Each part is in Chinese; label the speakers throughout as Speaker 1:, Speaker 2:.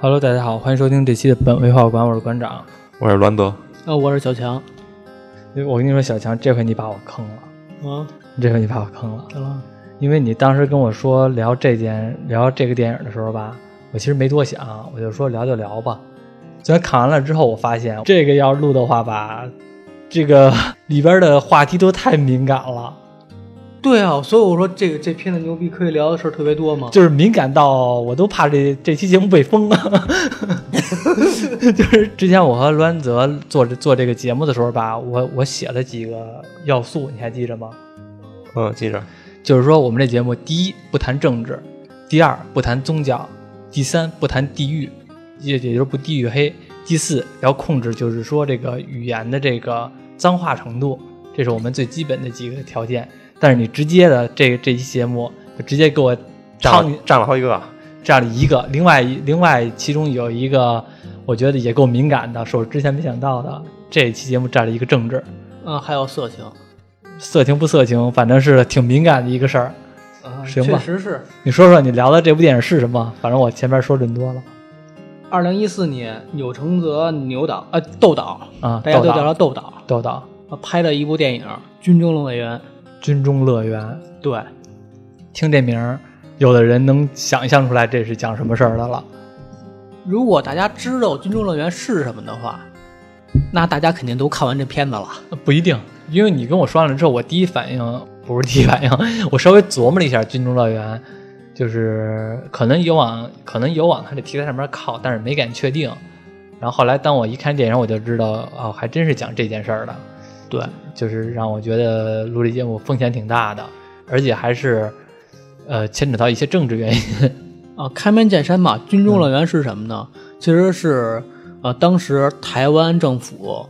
Speaker 1: Hello，大家好，欢迎收听这期的本位画馆，我是馆长。
Speaker 2: 我是栾德，
Speaker 3: 啊，我是小强。
Speaker 1: 因为我跟你说，小强，这回你把我坑了，
Speaker 3: 啊，
Speaker 1: 这回你把我坑了，
Speaker 3: 怎么了？
Speaker 1: 因为你当时跟我说聊这件聊这个电影的时候吧，我其实没多想，我就说聊就聊吧。虽然看完了之后，我发现这个要录的话吧，这个 里边的话题都太敏感了，
Speaker 3: 对啊，所以我说这个这片子牛逼，可以聊的事儿特别多嘛。
Speaker 1: 就是敏感到我都怕这这期节目被封了。 就是之前我和栾泽做这做这个节目的时候吧，我我写了几个要素，你还记着吗？
Speaker 2: 嗯，记着，
Speaker 1: 就是说我们这节目第一不谈政治，第二不谈宗教，第三不谈地域，也也就是不地域黑。第四要控制，就是说这个语言的这个脏话程度，这是我们最基本的几个条件。但是你直接的这这期节目就直接给我
Speaker 2: 占
Speaker 1: 唱
Speaker 2: 了占了好几个，啊
Speaker 1: 占了一个，另外一另外其中有一个，我觉得也够敏感的，是我之前没想到的。这期节目占了一个政治，
Speaker 3: 啊，还有色情，
Speaker 1: 色情不色情，反正是挺敏感的一个事儿。
Speaker 3: 啊，
Speaker 1: 行
Speaker 3: 确
Speaker 1: 吧
Speaker 3: 实是。
Speaker 1: 你说说你聊的这部电影是什么？反正我前面说这么多了
Speaker 3: 二零一四年，钮承泽牛导啊，豆导，
Speaker 1: 啊，
Speaker 3: 大家都
Speaker 1: 豆
Speaker 3: 叫他
Speaker 1: 导
Speaker 3: 豆导，
Speaker 1: 豆导
Speaker 3: 啊拍的一部电影《军中乐园
Speaker 1: 《军中乐园》。》。
Speaker 3: 对，
Speaker 1: 听这名儿，有的人能想象出来这是讲什么事儿的了。
Speaker 3: 如果大家知道《军中乐园》是什么的话，那大家肯定都看完这片子了。
Speaker 1: 不一定，因为你跟我说完了之后，我第一反应不是第一反应， 我稍微琢磨了一下《军中乐园》，就是可能有往可能有往他这题材上面靠，但是没敢确定。然后后来当我一看电影，我就知道哦，还真是讲这件事儿的，
Speaker 3: 对，
Speaker 1: 就是让我觉得录这节目风险挺大的，而且还是呃牵扯到一些政治原因。
Speaker 3: 啊，开门见山嘛，军中乐园是什么呢？其实是呃，当时台湾政府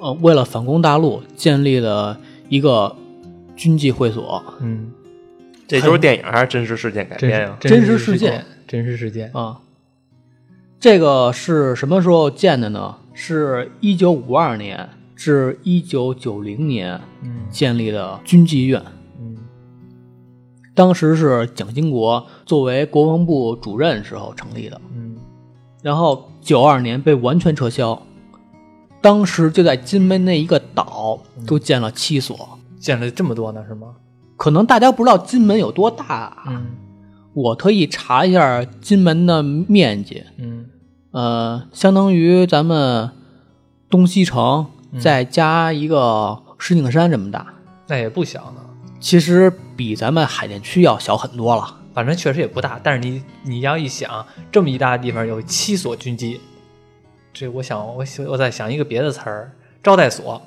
Speaker 3: 呃为了反攻大陆建立的一个军纪会所
Speaker 1: 嗯，
Speaker 2: 这就是电影还是真实事件改编啊呀？
Speaker 1: 真
Speaker 3: 真实
Speaker 1: 事
Speaker 3: 事件，
Speaker 1: 真实事件。
Speaker 3: 啊。这个是什么时候建的呢？是一九五二年至一九九零年
Speaker 1: 嗯
Speaker 3: 建立的军纪院。
Speaker 1: 嗯
Speaker 3: 当时是蒋经国作为国防部主任时候成立的。
Speaker 1: 嗯
Speaker 3: 然后九二年被完全撤销。当时就在金门那一个岛
Speaker 1: 嗯
Speaker 3: 就建了七所，
Speaker 1: 见了这么多呢是吗？
Speaker 3: 可能大家不知道金门有多大啊，
Speaker 1: 嗯
Speaker 3: 我特意查一下金门的面积，
Speaker 1: 嗯
Speaker 3: 呃，相当于咱们东西城
Speaker 1: 嗯
Speaker 3: 再加一个石景山这么大，
Speaker 1: 那也不小呢。
Speaker 3: 其实比咱们海淀区要小很多了。
Speaker 1: 反正确实也不大，但是你你要一想，这么一大的地方有七所军机，这我想我想我在想一个别的词儿，招待 所，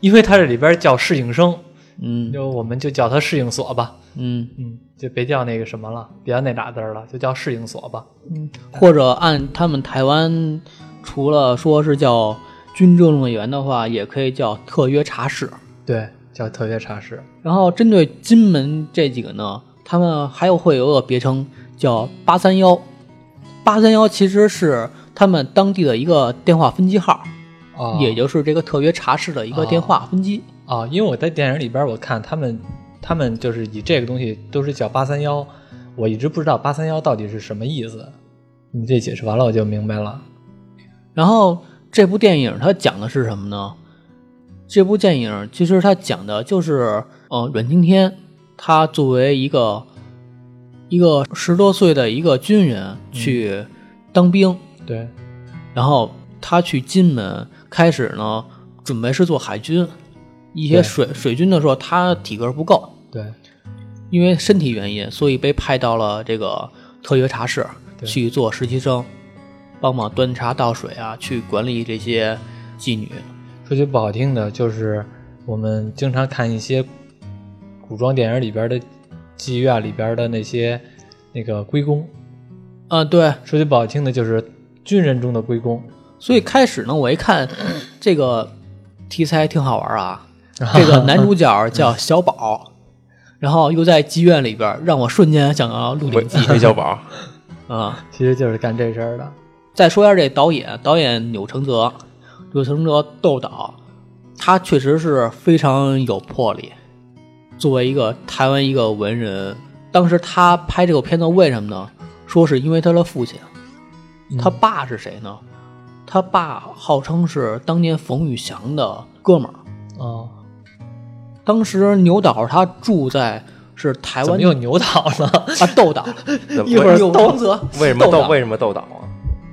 Speaker 1: 因为它这里边叫适应生，
Speaker 3: 嗯
Speaker 1: 就我们就叫它适应所吧，
Speaker 3: 嗯
Speaker 1: 嗯，就别叫那个什么了，别叫那俩字儿了，就叫适应所吧。
Speaker 3: 嗯，或者按他们台湾除了说是叫军政乐园的话，也可以叫特约茶室。
Speaker 1: 对，叫特约茶室。
Speaker 3: 然后针对金门这几个呢，他们还有会有个别称叫“八三幺”。八三幺其实是他们当地的一个电话分机号，
Speaker 1: 哦
Speaker 3: 也就是这个特约茶室的一个电话分机。
Speaker 1: 哦，因为我在电影里边我看他们，他们就是以这个东西都是叫八三幺，我一直不知道八三幺到底是什么意思。你这解释完了，我就明白了。
Speaker 3: 然后这部电影它讲的是什么呢？这部电影其实它讲的就是，呃，阮经天他作为一个一个十多岁的一个军人去当兵，
Speaker 1: 对，
Speaker 3: 然后他去金门开始呢，准备是做海军，一
Speaker 1: 对
Speaker 3: 些水水军的时候他体格不够，
Speaker 1: 对，
Speaker 3: 因为身体原因，所以被派到了这个特约茶室
Speaker 1: 对
Speaker 3: 去做实习生，帮忙端茶倒水啊，去管理这些妓女。
Speaker 1: 说句不好听的，就是我们经常看一些古装电影里边的妓院里边的那些那个龟公。
Speaker 3: 啊，对，
Speaker 1: 说句不好听的，就是军人中的龟公。
Speaker 3: 所以开始呢，我一看这个题材挺好玩啊，这个男主角叫小宝，然后又在妓院里边，让我瞬间想到《鹿
Speaker 2: 韦
Speaker 3: 鼎记》
Speaker 2: 韦小宝，
Speaker 3: 啊。
Speaker 1: 其实就是干这事儿的。
Speaker 3: 再说一下这导演，导演钮承泽，钮承泽豆导，他确实是非常有魄力。作为一个台湾一个文人，当时他拍这个片子为什么呢？说是因为他的父亲，他爸是谁呢？他爸号称是当年冯玉祥的哥们儿。
Speaker 1: 哦，
Speaker 3: 当时牛导他住在是台
Speaker 1: 怎
Speaker 3: 湾
Speaker 1: 么又牛倒了？
Speaker 3: 啊豆岛，
Speaker 2: 怎么
Speaker 3: 一会儿
Speaker 2: 为
Speaker 3: 有王泽，
Speaker 2: 为什么
Speaker 3: 豆
Speaker 2: 斗
Speaker 3: 岛
Speaker 2: 为什么斗岛啊？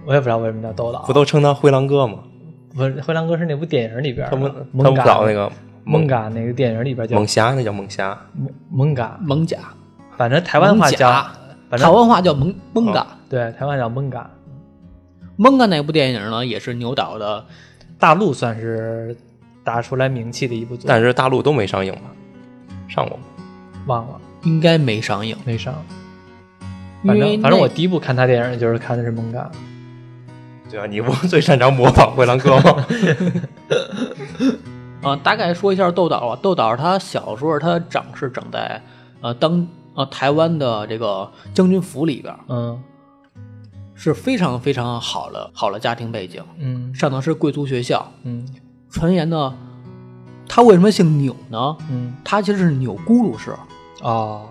Speaker 1: 我也不知道为什么叫豆导
Speaker 2: 不。都称他灰狼哥吗？
Speaker 1: 不是，灰狼哥是那部电影里边儿
Speaker 2: 他
Speaker 1: 的
Speaker 2: 们他
Speaker 1: 啊蒙
Speaker 2: 们
Speaker 1: 嘎
Speaker 2: 搞那个
Speaker 1: 蒙嘎那个电影里边叫
Speaker 2: 猛侠，那叫猛侠，
Speaker 1: 蒙蒙嘎，
Speaker 3: 蒙甲，
Speaker 1: 反正台湾话
Speaker 3: 蒙甲
Speaker 1: 叫，反
Speaker 3: 台
Speaker 1: 正
Speaker 3: 湾话叫蒙蒙嘎，
Speaker 1: 对台湾叫蒙嘎，
Speaker 3: 蒙嘎那部电影呢也是牛导的，
Speaker 1: 大陆算是打出来名气的一部作品，
Speaker 2: 但是大陆都没上映吧？上过吗？
Speaker 1: 忘了
Speaker 3: 应该没上映，
Speaker 1: 没上。
Speaker 3: 因
Speaker 1: 反
Speaker 3: 为
Speaker 1: 正反正
Speaker 3: 那
Speaker 1: 我第一部看他电影就是看的是蒙嘎，
Speaker 2: 对啊，你不是最擅长模仿灰狼哥吗？
Speaker 3: 啊，大概说一下豆岛啊，豆岛他小时候他长是长在呃当呃台湾的这个将军府里边儿，
Speaker 1: 嗯
Speaker 3: 是非常非常好的好的家庭背景，
Speaker 1: 嗯
Speaker 3: 上的是贵族学校。
Speaker 1: 嗯
Speaker 3: 传言呢，他为什么姓钮呢？
Speaker 1: 嗯
Speaker 3: 他其实是钮钴禄氏，
Speaker 1: 哦，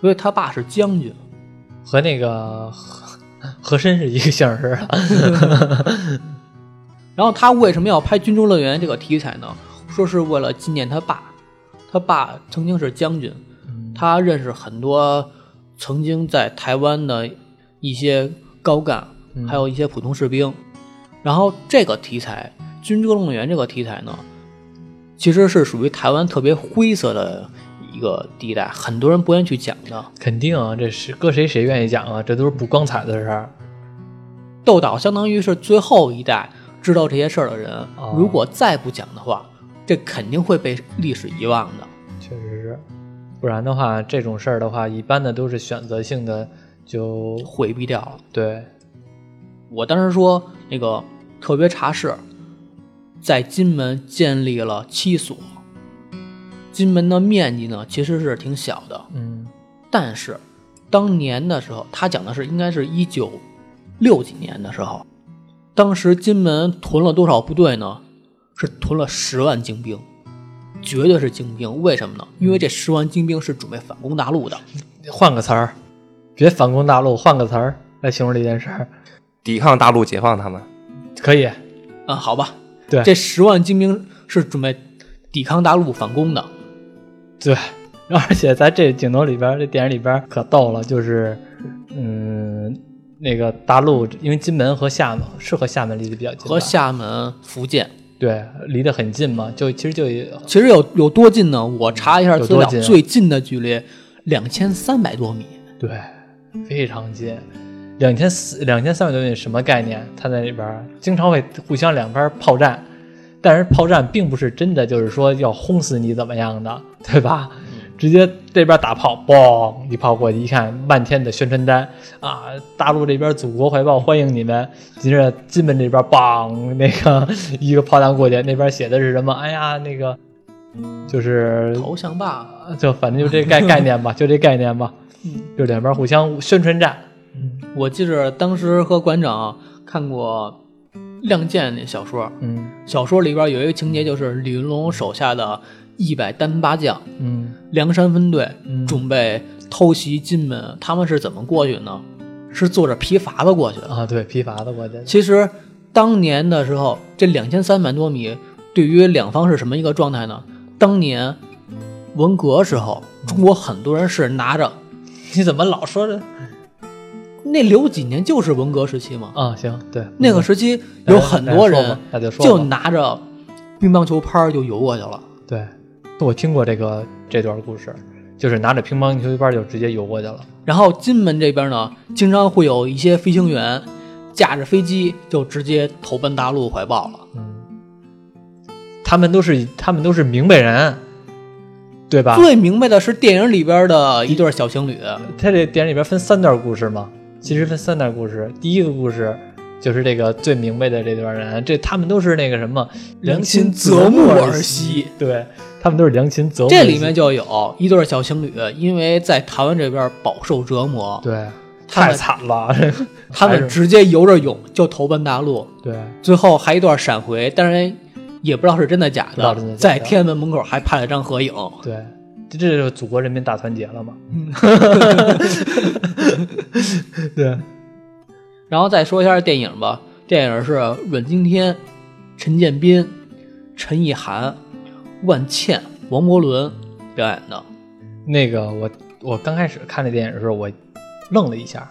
Speaker 3: 因为他爸是将军。
Speaker 1: 和那个和和珅是一个姓儿是吧？
Speaker 3: 然后他为什么要拍《军中乐园》这个题材呢？说是为了纪念他爸，他爸曾经是将军，
Speaker 1: 嗯
Speaker 3: 他认识很多曾经在台湾的一些高干，还有一些普通士兵。然后这个题材《军中乐园》这个题材呢，其实是属于台湾特别灰色的一个地带，很多人不愿意去讲的。
Speaker 1: 肯定啊，这是搁谁谁愿意讲啊？这都是不光彩的事儿。
Speaker 3: 豆岛相当于是最后一代知道这些事儿的人
Speaker 1: 哦，
Speaker 3: 如果再不讲的话，这肯定会被历史遗忘的。
Speaker 1: 确实是，不然的话，这种事儿的话，一般的都是选择性的就
Speaker 3: 回避掉了。
Speaker 1: 对，
Speaker 3: 我当时说，那个特别茶室在金门建立了七所，金门的面积呢其实是挺小的，
Speaker 1: 嗯
Speaker 3: 但是当年的时候，他讲的是应该是一九六几年的时候，当时金门屯了多少部队呢？是屯了十万精兵，绝对是精兵。为什么呢？因为这十万精兵是准备反攻大陆的。
Speaker 1: 换个词儿，别反攻大陆，换个词儿来形容这件事儿，
Speaker 2: 抵抗大陆，解放他们。
Speaker 1: 可以。
Speaker 3: 啊，好吧，
Speaker 1: 对
Speaker 3: 这十万精兵是准备抵抗大陆反攻的。
Speaker 1: 对，而且在这镜头里边儿，这电影里边儿可逗了，就是，嗯，那个大陆，因为金门和厦门是和厦门离得比较近吧，
Speaker 3: 和厦门、福建，
Speaker 1: 对离得很近嘛，就其实就也
Speaker 3: 其实有有多近呢？我查一下资
Speaker 1: 有
Speaker 3: 料，
Speaker 1: 多近啊
Speaker 3: 最近的距离两千三百多米。
Speaker 1: 对非常近，两千四两千三百多米什么概念？他在里边儿经常会互相两边儿炮战，但是炮战并不是真的就是说要轰死你怎么样的，对吧？直接这边打炮，嘣一炮过去，一看漫天的宣传单啊，大陆这边祖国怀抱欢迎你们。紧接着金门这边梆那个 一个炮弹过去，那边写的是什么？哎呀，那个就是
Speaker 3: 投降吧，
Speaker 1: 就反正就这 概概念吧，就这概念吧，
Speaker 3: 嗯
Speaker 1: 就两边互相宣传战。
Speaker 3: 我记着当时和馆长看过《亮剑》那小说，
Speaker 1: 嗯
Speaker 3: 小说里边有一个情节，就是李云龙手下的一百单八将
Speaker 1: 嗯
Speaker 3: 梁山分队
Speaker 1: 嗯
Speaker 3: 准备偷袭金门，他们是怎么过去呢？是坐着皮筏子过去的。
Speaker 1: 啊，对，批发的国家，
Speaker 3: 其实当年的时候，这两千三百多米对于两方是什么一个状态呢？当年文革时候，中国很多人是拿着
Speaker 1: 你怎么老说这
Speaker 3: 那留几年就是文革时期嘛，
Speaker 1: 啊？行，对，
Speaker 3: 那个时期有很多
Speaker 1: 来来说
Speaker 3: 人
Speaker 1: 吧那就说吧
Speaker 3: 就拿着乒乓球拍儿就游过去了。
Speaker 1: 对，我听过这个这段故事，就是拿着乒乓球拍就直接游过去了。
Speaker 3: 然后金门这边呢，经常会有一些飞行员驾着飞机就直接投奔大陆怀抱了。
Speaker 1: 嗯，他们都是他们都是明白人，对吧？
Speaker 3: 最明白的是电影里边的一对小情侣，
Speaker 1: 他这电影里边分三段故事嘛，其实分三段故事。第一个故事就是这个最明白的这段人，这他们都是那个什么良禽择木而
Speaker 3: 而息。
Speaker 1: 对他们都是良禽择木而
Speaker 3: 这
Speaker 1: 栖。
Speaker 3: 里面就有一对小情侣，因为在台湾这边饱受折磨，
Speaker 1: 对
Speaker 3: 他们
Speaker 1: 太惨了，
Speaker 3: 他
Speaker 1: 还
Speaker 3: 们
Speaker 1: 是
Speaker 3: 直接游着泳就投奔大陆，
Speaker 1: 对
Speaker 3: 最后还一段闪回，当然也不知道是真的假
Speaker 1: 不知道
Speaker 3: 的，
Speaker 1: 真的假的
Speaker 3: 在天安门门口还拍了张合影。
Speaker 1: 对，这这就是祖国人民大 团结了嘛？对，
Speaker 3: 然后再说一下电影吧，电影是阮经天、陈建斌、陈意涵、万茜、王伯伦表演的。
Speaker 1: 那个我我刚开始看这电影的时候，我愣了一下，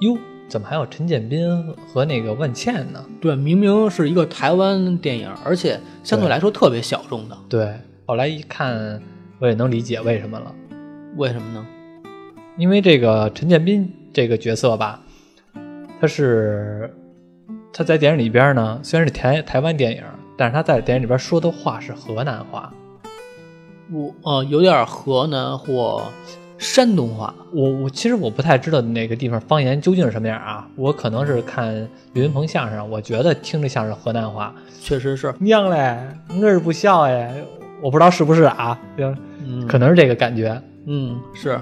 Speaker 1: 哟，怎么还有陈建斌和那个万茜呢？
Speaker 3: 对，明明是一个台湾电影，而且相对来说特别小众的，
Speaker 1: 对，后来一看，我也能理解为什么了，
Speaker 3: 为什么呢？
Speaker 1: 因为这个陈建斌这个角色吧，他是他在电影里边呢，虽然是台台湾电影，但是他在电影里边说的话是河南话。
Speaker 3: 我呃有点河南或山东话，
Speaker 1: 我我其实我不太知道那个地方方言究竟是什么样啊，我可能是看岳云鹏相声，我觉得听着像是河南话，
Speaker 3: 确实是，
Speaker 1: 娘嘞，我是不孝哎，我不知道是不是啊，就是
Speaker 3: 嗯，
Speaker 1: 可能是这个感觉。
Speaker 3: 嗯是。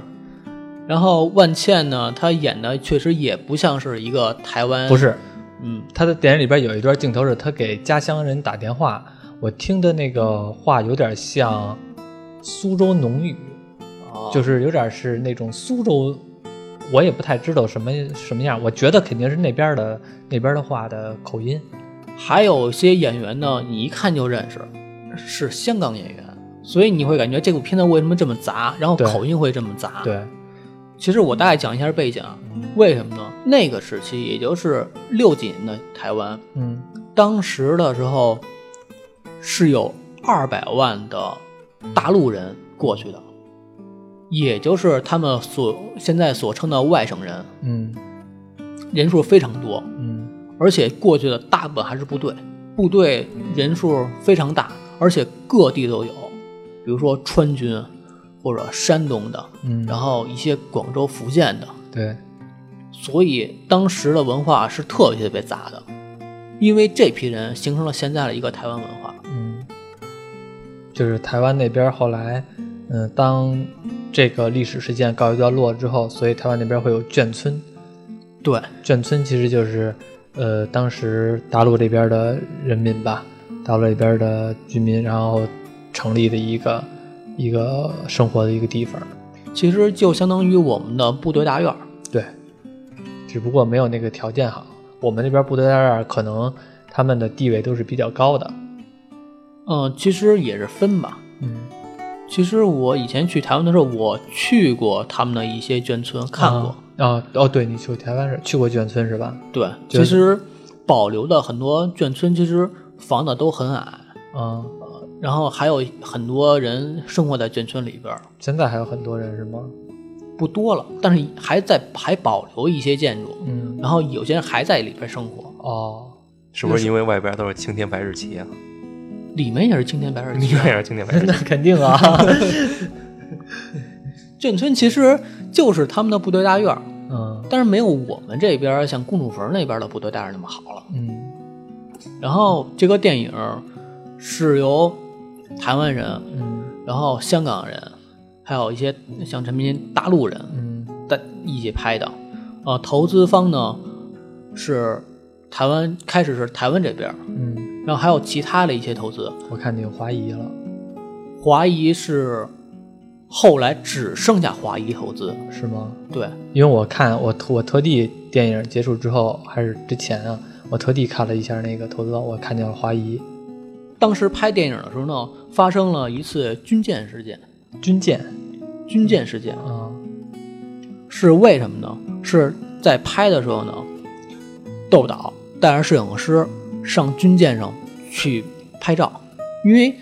Speaker 3: 然后万茜呢，她演的确实也不像是一个台湾，
Speaker 1: 不，是，
Speaker 3: 嗯，
Speaker 1: 他的电影里边有一段镜头是他给家乡人打电话，我听的那个话有点像苏州农语，
Speaker 3: 哦
Speaker 1: 就是有点是那种苏州，我也不太知道什么什么样，我觉得肯定是那边的那边的话的口音。
Speaker 3: 还有些演员呢，你一看就认识，是香港演员，所以你会感觉这部片子为什么这么杂，然后
Speaker 1: 对
Speaker 3: 口音会这么杂。，
Speaker 1: 对，嗯
Speaker 3: 其实我大概讲一下背景，啊，为什么呢？那个时期，也就是六几年的台湾，
Speaker 1: 嗯，
Speaker 3: 当时的时候是有二百万的大陆人过去的，也就是他们所现在所称的外省人，
Speaker 1: 嗯
Speaker 3: 人数非常多。
Speaker 1: 嗯
Speaker 3: 而且过去的大部分还是部队，部队人数非常大，而且各地都有，比如说川军，或者山东的，
Speaker 1: 嗯，
Speaker 3: 然后一些广州、福建的，
Speaker 1: 对，
Speaker 3: 所以当时的文化是特别特别杂的，因为这批人形成了现在的一个台湾文化。
Speaker 1: 嗯，就是台湾那边后来，嗯，当这个历史事件告一段落之后，所以台湾那边会有眷村。
Speaker 3: 对，
Speaker 1: 眷村其实就是，呃，当时大陆这边的人民吧，大陆这边的居民，然后成立的一个一个生活的一个地方，
Speaker 3: 其实就相当于我们的部队大院儿。
Speaker 1: 对，只不过没有那个条件好。我们那边部队大院可能他们的地位都是比较高的，
Speaker 3: 嗯，其实也是分吧。
Speaker 1: 嗯，
Speaker 3: 其实我以前去台湾的时候，我去过他们的一些眷村，看过。
Speaker 1: 啊啊哦，对你去台湾是去过眷村是吧？
Speaker 3: 对，
Speaker 1: 就是
Speaker 3: 其实保留的很多眷村，其实房子都很矮，
Speaker 1: 啊，
Speaker 3: 然后还有很多人生活在眷村里边儿，
Speaker 1: 现在还有很多人是吗？
Speaker 3: 不多了，但是还在还保留一些建筑，
Speaker 1: 嗯，
Speaker 3: 然后有些人还在里边生活，
Speaker 1: 哦，
Speaker 2: 是不是因为外边都是青天白日旗啊？
Speaker 3: 里面也是青天白日
Speaker 2: 里
Speaker 3: 旗啊。
Speaker 2: 面也是青天白日
Speaker 1: 那
Speaker 2: 旗。
Speaker 1: 肯定啊，
Speaker 3: 眷村其实就是他们的部队大院儿，
Speaker 1: 嗯
Speaker 3: 但是没有我们这边儿像公主坟那边的部队大院儿那么好了。
Speaker 1: 嗯
Speaker 3: 然后这个电影儿是由台湾人，
Speaker 1: 嗯
Speaker 3: 然后香港人，还有一些像陈明大陆人，
Speaker 1: 嗯
Speaker 3: 在一起拍的。呃，投资方呢是台湾，开始是台湾这边儿，
Speaker 1: 嗯，
Speaker 3: 然后还有其他的一些投资。
Speaker 1: 我看你有怀疑了，
Speaker 3: 华谊是后来只剩下华谊投资，
Speaker 1: 是吗？
Speaker 3: 对，
Speaker 1: 因为我看我特我特地电影结束之后还是之前啊，我特地看了一下那个投资，我看见了华谊
Speaker 3: 当时拍电影的时候呢，发生了一次军舰事件。
Speaker 1: 军舰
Speaker 3: 军舰事件
Speaker 1: 啊，
Speaker 3: 是为什么呢？是在拍的时候呢，豆导带着摄影师上军舰上去拍照，因为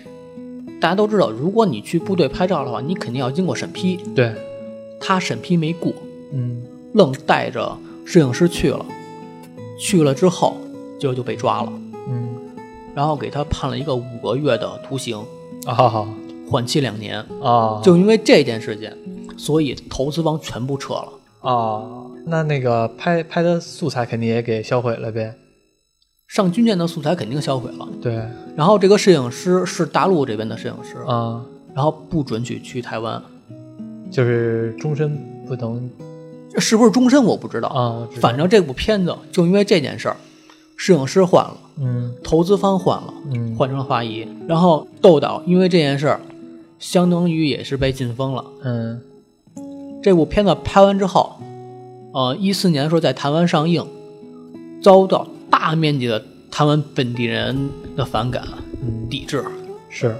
Speaker 3: 大家都知道，如果你去部队拍照的话，你肯定要经过审批，
Speaker 1: 对，
Speaker 3: 他审批没过，
Speaker 1: 嗯
Speaker 3: 愣带着摄影师去了，去了之后就就被抓了，
Speaker 1: 嗯，
Speaker 3: 然后给他判了一个五个月的徒刑，
Speaker 1: 啊好
Speaker 3: 缓期两年。
Speaker 1: 啊，
Speaker 3: 就因为这件事情，所以投资方全部撤了。
Speaker 1: 啊，那那个拍拍的素材肯定也给销毁了呗？
Speaker 3: 上军舰的素材肯定销毁了，
Speaker 1: 对
Speaker 3: 然后这个摄影师是大陆这边的摄影师，
Speaker 1: 啊，
Speaker 3: 然后不准许去台湾，
Speaker 1: 就是终身不能
Speaker 3: 是不是终身我不知道。
Speaker 1: 啊，我知道
Speaker 3: 反正这部片子就因为这件事儿，摄影师换了，
Speaker 1: 嗯
Speaker 3: 投资方换了，
Speaker 1: 嗯
Speaker 3: 换成了华谊。然后豆导因为这件事儿，相当于也是被禁封了。
Speaker 1: 嗯
Speaker 3: 这部片子拍完之后，呃，一四年的时候在台湾上映，遭到大面积的他们本地人的反感、抵制。
Speaker 1: 是，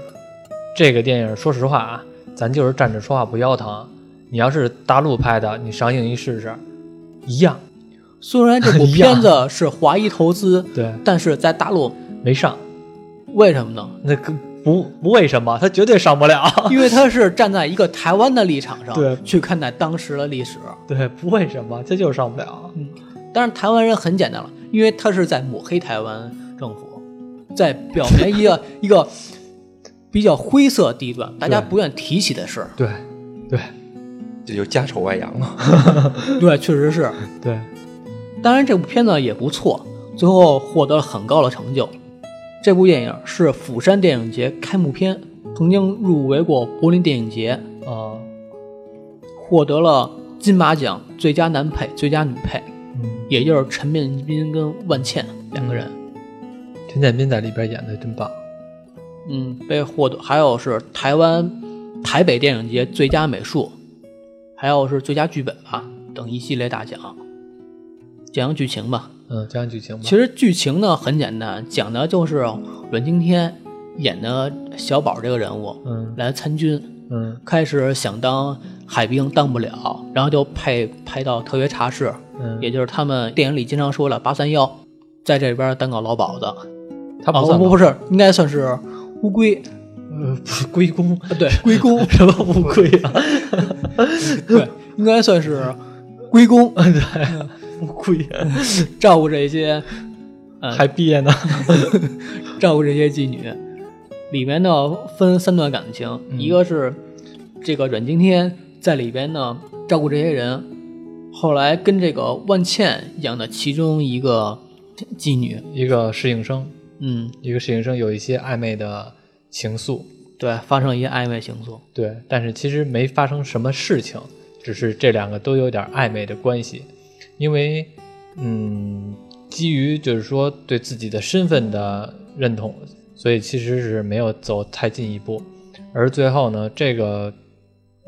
Speaker 1: 这个电影说实话啊，咱就是站着说话不腰疼。你要是大陆拍的，你上映一试试，一样，
Speaker 3: 虽然这部
Speaker 1: 一样
Speaker 3: 片子是华谊投资，
Speaker 1: 对，
Speaker 3: 但是在大陆
Speaker 1: 没上，
Speaker 3: 为什么 呢？
Speaker 1: 那个不不为什么，他绝对上不了。
Speaker 3: 因为他是站在一个台湾的立场上
Speaker 1: 对
Speaker 3: 去看待当时的历史，
Speaker 1: 对，不为什么，他就是上不了。
Speaker 3: 嗯但是台湾人很简单了，因为他是在抹黑台湾政府，在表明一个 一个比较灰色地段，大家不愿提起的事儿。
Speaker 1: 对，对，
Speaker 2: 这就家丑外扬啊嘛。
Speaker 3: 对，确实是。
Speaker 1: 对，
Speaker 3: 当然，这部片呢也不错，最后获得了很高的成就。这部电影是釜山电影节开幕片，曾经入围过柏林电影节，
Speaker 1: 哦，
Speaker 3: 获得了金马奖最佳男配、最佳女配，
Speaker 1: 嗯，
Speaker 3: 也就是陈建斌跟万茜两个人。
Speaker 1: 陈建斌在里边演的真棒。
Speaker 3: 嗯，被获得还有是台湾台北电影节最佳美术，还有是最佳剧本吧等一系列大奖。讲讲剧情吧。
Speaker 1: 嗯，讲讲剧情吧。
Speaker 3: 其实剧情呢很简单，讲的就是阮经天演的小宝这个人物
Speaker 1: 嗯
Speaker 3: 来参军，
Speaker 1: 嗯
Speaker 3: 开始想当海兵当不了，然后就派派到特约茶室，也
Speaker 1: 嗯，
Speaker 3: 就是他们电影里经常说了八三幺，在这边当个老鸨子。
Speaker 1: 他
Speaker 3: 啊
Speaker 1: 哦不
Speaker 3: 不
Speaker 1: 算
Speaker 3: 不
Speaker 1: 吧
Speaker 3: 不是，应该算是乌龟。
Speaker 1: 呃 不归功，
Speaker 3: 啊对，龟公
Speaker 1: 什么不归啊？
Speaker 3: 对，应该算是归公
Speaker 1: 啊
Speaker 3: 嗯
Speaker 1: 不归，
Speaker 3: 照顾这些
Speaker 1: 还毕业呢。
Speaker 3: 照顾这些妓女。里面呢分三段感情，
Speaker 1: 嗯
Speaker 3: 一个是这个阮经天在里边呢照顾这些人，后来跟这个万茜养的其中一个妓女，
Speaker 1: 一个适应生，
Speaker 3: 嗯，
Speaker 1: 一个适应生有一些暧昧的情愫，
Speaker 3: 对，发生一些暧昧情愫。
Speaker 1: 对，但是其实没发生什么事情，只是这两个都有点暧昧的关系，因为，嗯，基于就是说对自己的身份的认同，所以其实是没有走太进一步，而最后呢，这个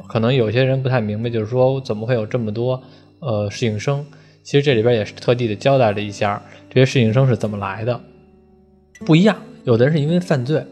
Speaker 1: 可能有些人不太明白，就是说怎么会有这么多呃适应生？其实这里边也是特地的交代了一下这些适应生是怎么来的，不一样，有的人是因为犯罪。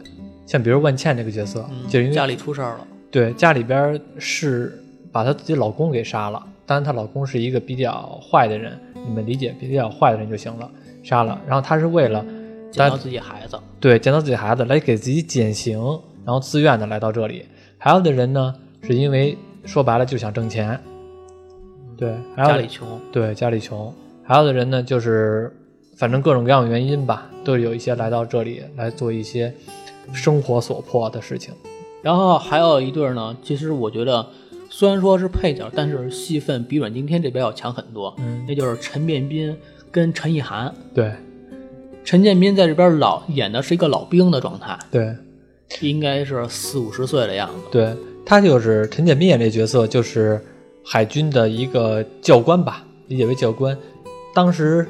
Speaker 1: 像比如万茜这个角色，
Speaker 3: 嗯
Speaker 1: 就是因为
Speaker 3: 家里出事儿了，
Speaker 1: 对，家里边儿是把她自己老公给杀了，当然她老公是一个比较坏的人，你们理解比较坏的人就行了，杀了。然后她是为了
Speaker 3: 见
Speaker 1: 但
Speaker 3: 到自己孩子，
Speaker 1: 对见到自己孩子来给自己减刑，然后自愿的来到这里。还有的人呢，是因为说白了就想挣钱，对，还有
Speaker 3: 嗯家
Speaker 1: 的
Speaker 3: 里穷，
Speaker 1: 对，家里穷。还有的人呢，就是反正各种各样的原因吧，都有一些来到这里来做一些生活所迫的事情。
Speaker 3: 然后还有一对儿呢，其实我觉得虽然说是配角，但是戏份比阮经天这边要强很多。
Speaker 1: 嗯
Speaker 3: 那就是陈建斌跟陈意涵。
Speaker 1: 对
Speaker 3: 陈建斌在这边老演的是一个老兵的状态，
Speaker 1: 对
Speaker 3: 应该是四五十岁的样子。
Speaker 1: 对，他就是陈建斌演这角色，就是海军的一个教官吧，理解为教官。当时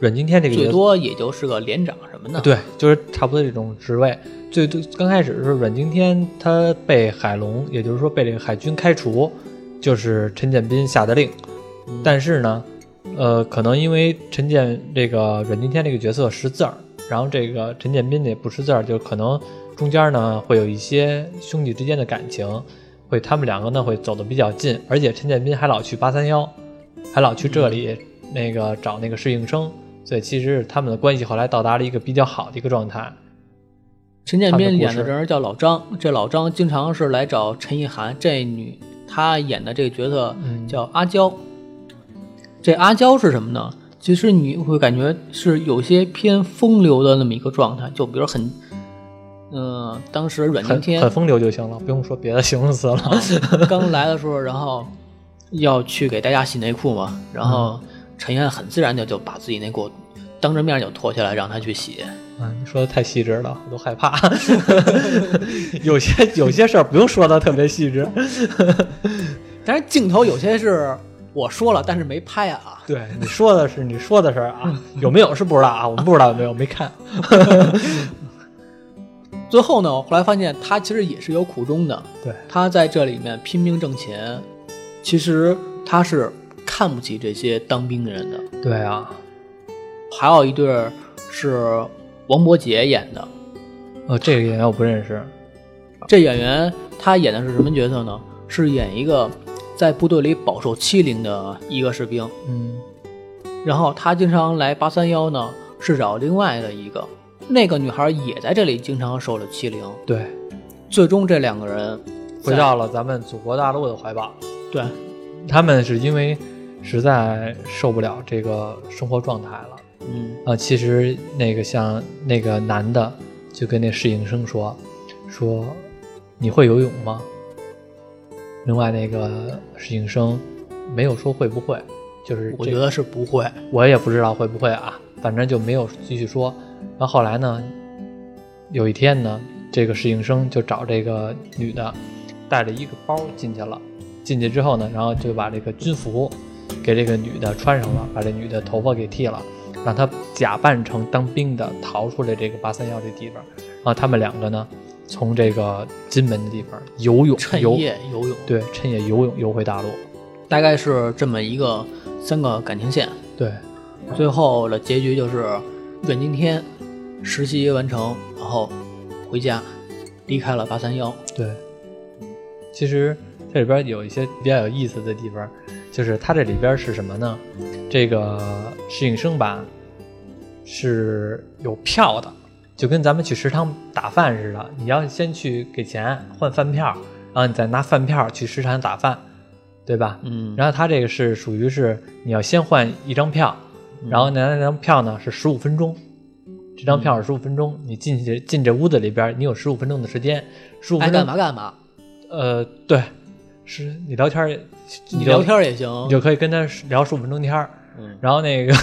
Speaker 1: 阮经天这个角
Speaker 3: 最
Speaker 1: 色
Speaker 3: 多也就是个连长什么的。，
Speaker 1: 对，就是差不多这种职位。最多刚开始是阮经天他被海龙，也就是说被这个海军开除，就是陈建斌下的令。
Speaker 3: 嗯
Speaker 1: 但是呢，呃，可能因为陈建这个阮经天这个角色识字儿，然后这个陈建斌也不识字儿，就可能中间呢会有一些兄弟之间的感情，会他们两个呢会走得比较近，而且陈建斌还老去八三幺，还老去这里、那个找那个适应生，所以其实他们的关系后来到达了一个比较好的一个状态。
Speaker 3: 陈建斌演
Speaker 1: 他
Speaker 3: 的
Speaker 1: 的故
Speaker 3: 这人叫老张，这老张经常是来找陈意涵这女，她演的这个角色
Speaker 1: 嗯
Speaker 3: 叫阿娇。这阿娇是什么呢？其实你会感觉是有些偏风流的那么一个状态，就比如很，嗯、当时阮经
Speaker 1: 很
Speaker 3: 天
Speaker 1: 很风流就行了，不用说别的形容词了。
Speaker 3: 刚来的时候，然后要去给大家洗内裤嘛，然
Speaker 1: 嗯
Speaker 3: 后陈燕很自然的就把自己内裤当着面就脱下来让他去洗。
Speaker 1: 啊，你说的太细致了，我都害怕。 有些有些事儿不用说的特别细致。
Speaker 3: 但是镜头有些是我说了，但是没拍啊。
Speaker 1: 对，你说的是你说的事儿啊，有没有是不知道啊，我们不知道有没有，没看。
Speaker 3: 最后呢，我后来发现他其实也是有苦衷的，
Speaker 1: 对，
Speaker 3: 他在这里面拼命挣钱，其实他是看不起这些当兵的人的。
Speaker 1: 对啊，
Speaker 3: 还有一对儿是王伯杰演的。
Speaker 1: 哦，这个演员我不认识。
Speaker 3: 这演员他演的是什么角色呢？是演一个在部队里饱受欺凌的一个士兵，
Speaker 1: 嗯，
Speaker 3: 然后他经常来八三幺呢，是找另外的一个，那个女孩也在这里经常受了欺凌。
Speaker 1: 对，
Speaker 3: 最终这两个人
Speaker 1: 回到了咱们祖国大陆的怀抱。
Speaker 3: 对
Speaker 1: 他们是因为实在受不了这个生活状态了
Speaker 3: 嗯
Speaker 1: 啊。其实那个像那个男的就跟那侍应生说，说你会游泳吗？另外那个侍应生没有说会不会，就是
Speaker 3: 我
Speaker 1: 这
Speaker 3: 觉得是不会。
Speaker 1: 我也不知道会不会啊，反正就没有继续说。然后后来呢，有一天呢，这个侍应生就找这个女的，带着一个包进去了。进去之后呢，然后就把这个军服给这个女的穿上了，把这女的头发给剃了，让她假扮成当兵的逃出来这个八三幺这地方。然后他们两个呢，从这个金门的地方游泳，
Speaker 3: 趁
Speaker 1: 游
Speaker 3: 夜游泳，，
Speaker 1: 对趁夜游泳游回大陆。
Speaker 3: 大概是这么一个三个感情线。
Speaker 1: 对，
Speaker 3: 最后的结局就是阮经天实习完成，然后回家，离开了八三幺。
Speaker 1: 对，其实这里边有一些比较有意思的地方，就是它这里边是什么呢？这个适应生吧是有票的，就跟咱们去食堂打饭似的，你要先去给钱换饭票，然后你再拿饭票去食堂打饭，对吧？
Speaker 3: 嗯，
Speaker 1: 然后它这个是属于是你要先换一张票，
Speaker 3: 嗯
Speaker 1: 然后呢那张票呢是十五分钟，这张票是十五分钟，你进去进这屋子里边，你有十五分钟的时间，十五
Speaker 3: 爱
Speaker 1: 分
Speaker 3: 干
Speaker 1: 钟，
Speaker 3: 嘛干嘛，
Speaker 1: 呃，对，是你聊天儿也，
Speaker 3: 你
Speaker 1: 就
Speaker 3: 聊天也行。
Speaker 1: 你就可以跟他聊十五分钟天儿，
Speaker 3: 嗯
Speaker 1: 然后那个，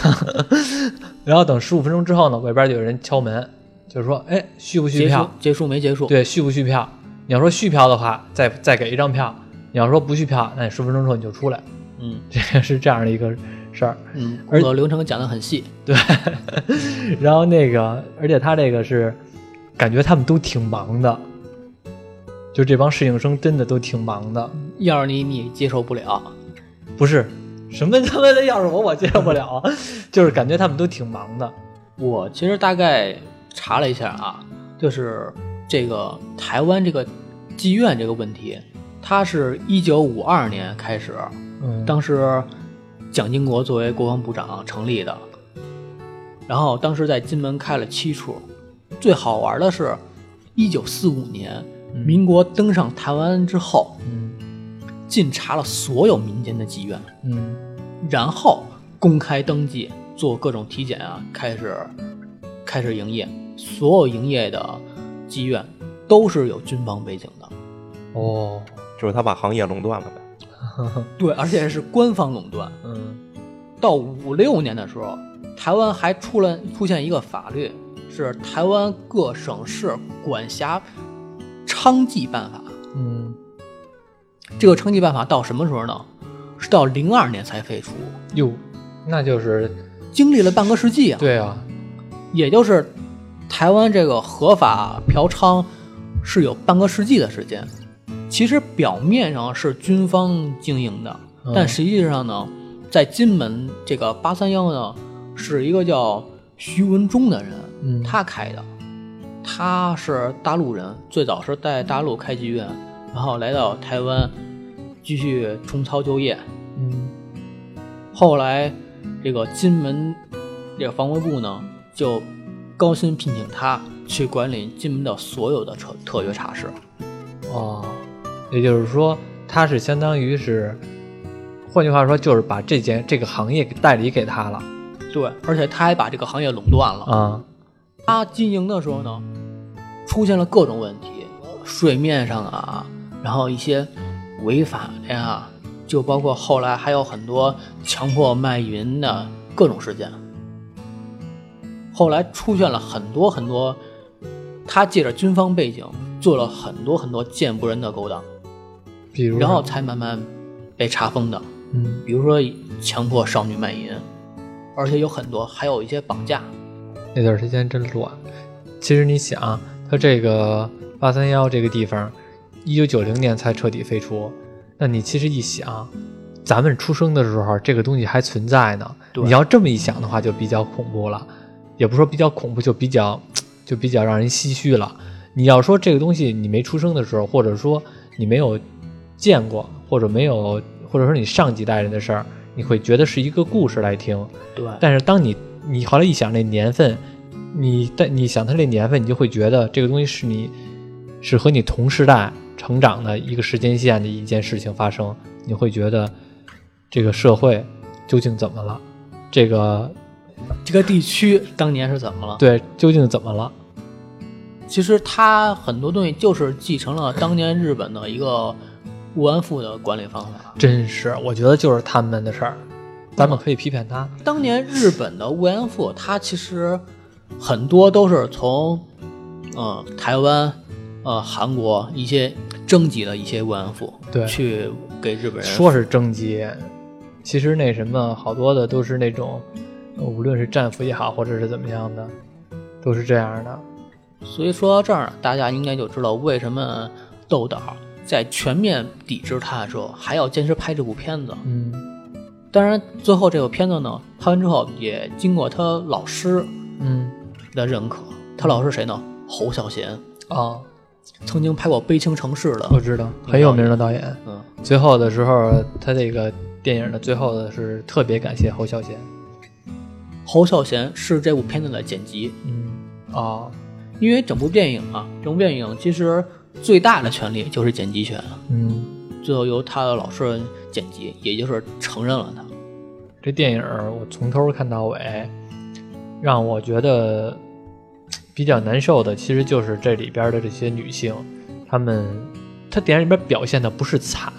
Speaker 1: 然后等十五分钟之后呢，外边就有人敲门，就是说，哎，续不续
Speaker 3: 结
Speaker 1: 票
Speaker 3: 束？结束没结束？，
Speaker 1: 对，续不续票？你要说续票的话，再再给一张票；你要说不续票，那你十分钟之后你就出来。
Speaker 3: 嗯
Speaker 1: 这个 是这样的一个事儿。
Speaker 3: 嗯，
Speaker 1: 而
Speaker 3: 工作流程讲得很细。
Speaker 1: 对， 然后那个，而且他这个是感觉他们都挺忙的，就这帮适应生真的都挺忙的。
Speaker 3: 要是你，你接受不了。
Speaker 1: 不是什么他妈的，要是我我接受不了啊， 就是感觉他们都挺忙的。
Speaker 3: 我其实大概查了一下啊，就是这个台湾这个妓院这个问题，它是一九五二年开始，
Speaker 1: 嗯，
Speaker 3: 当时蒋经国作为国防部长成立的，然后当时在金门开了七处。最好玩的是，一九四五年民国登上台湾之后，
Speaker 1: 嗯
Speaker 3: 尽查了所有民间的妓院，
Speaker 1: 嗯
Speaker 3: 然后公开登记，做各种体检啊，开始开始营业。所有营业的妓院都是有军方背景的，
Speaker 1: 哦，
Speaker 2: 就是他把行业垄断了呗。
Speaker 3: 对，而且是官方垄断。
Speaker 1: 嗯
Speaker 3: 到五六年的时候，台湾还出了出现一个法律，是《台湾各省市管辖娼妓办法》。
Speaker 1: 嗯，
Speaker 3: 这个娼妓办法到什么时候呢？是到零二年才废除，
Speaker 1: 哟，那就是
Speaker 3: 经历了半个世纪啊。
Speaker 1: 对啊，
Speaker 3: 也就是台湾这个合法嫖娼是有半个世纪的时间。其实表面上是军方经营的，
Speaker 1: 嗯
Speaker 3: 但实际上呢，在金门这个八三幺呢，是一个叫徐文忠的人，
Speaker 1: 嗯
Speaker 3: 他开的，他是大陆人，最早是在大陆开妓院，然后来到台湾继续重操旧业，
Speaker 1: 嗯
Speaker 3: 后来这个金门这个防卫部呢，就高薪聘请他去管理金门的所有的特特约茶室。
Speaker 1: 哦，也就是说，他是相当于是，换句话说，就是把这件这个行业给代理给他了
Speaker 3: 对，而且他还把这个行业垄断了。
Speaker 1: 啊。
Speaker 3: 他经营的时候呢，出现了各种问题，水面上啊，然后一些违法的呀，就包括后来还有很多强迫卖淫的各种事件。后来出现了很多很多，他借着军方背景做了很多很多见不人的勾当，
Speaker 1: 比如，
Speaker 3: 然后才慢慢被查封的。
Speaker 1: 嗯
Speaker 3: 比如说强迫少女卖淫，而且有很多，还有一些绑架。
Speaker 1: 那段时间真乱。其实你想，它这个八三幺这个地方，一九九零年才彻底废除。那你其实一想，咱们出生的时候这个东西还存在呢，
Speaker 3: 对
Speaker 1: 你要这么一想的话，就比较恐怖了，也不是说比较恐怖，就比较就比较让人唏嘘了。你要说这个东西你没出生的时候，或者说你没有见过，或者没有，或者说你上几代人的事儿，你会觉得是一个故事来听。
Speaker 3: 对，
Speaker 1: 但是当你你后来一想这年份，你但你想它这年份，你就会觉得这个东西是你是和你同时代成长的一个时间线的一件事情发生，你会觉得这个社会究竟怎么了？这个
Speaker 3: 这个地区当年是怎么了？
Speaker 1: 对究竟怎么了？
Speaker 3: 其实它很多东西就是继承了当年日本的一个慰安妇的管理方法。
Speaker 1: 真是，我觉得就是他们的事儿，咱们可以批判他。
Speaker 3: 当年日本的慰安妇，它其实很多都是从呃台湾、呃韩国一些征集的一些慰安妇，
Speaker 1: 对
Speaker 3: 去给日本人
Speaker 1: 说是征集，其实那什么，好多的都是那种，呃无论是战俘也好，或者是怎么样的，都是这样的。
Speaker 3: 所以说到这儿，大家应该就知道为什么豆导在全面抵制他的时候，还要坚持拍这部片子。
Speaker 1: 嗯
Speaker 3: 当然，最后这部片子呢，拍完之后也经过他老师
Speaker 1: 嗯。
Speaker 3: 的认可。他老师谁呢？侯孝贤，
Speaker 1: 啊，
Speaker 3: 曾经拍过《悲情城市》
Speaker 1: 我
Speaker 3: 的。
Speaker 1: 知道，很有名的导演。
Speaker 3: 嗯，
Speaker 1: 最后的时候，他这个电影的最后的是特别感谢侯孝贤。
Speaker 3: 侯孝贤是这部片子的剪辑，
Speaker 1: 嗯，啊，
Speaker 3: 因为整部电影啊，整部电影其实最大的权利就是剪辑权，
Speaker 1: 嗯，
Speaker 3: 最后由他的老师剪辑，也就是承认了他。
Speaker 1: 这电影儿我从头看到尾，让我觉得嘖比较难受的，其实就是这里边的这些女性，她们，她电影里边表现的不是惨，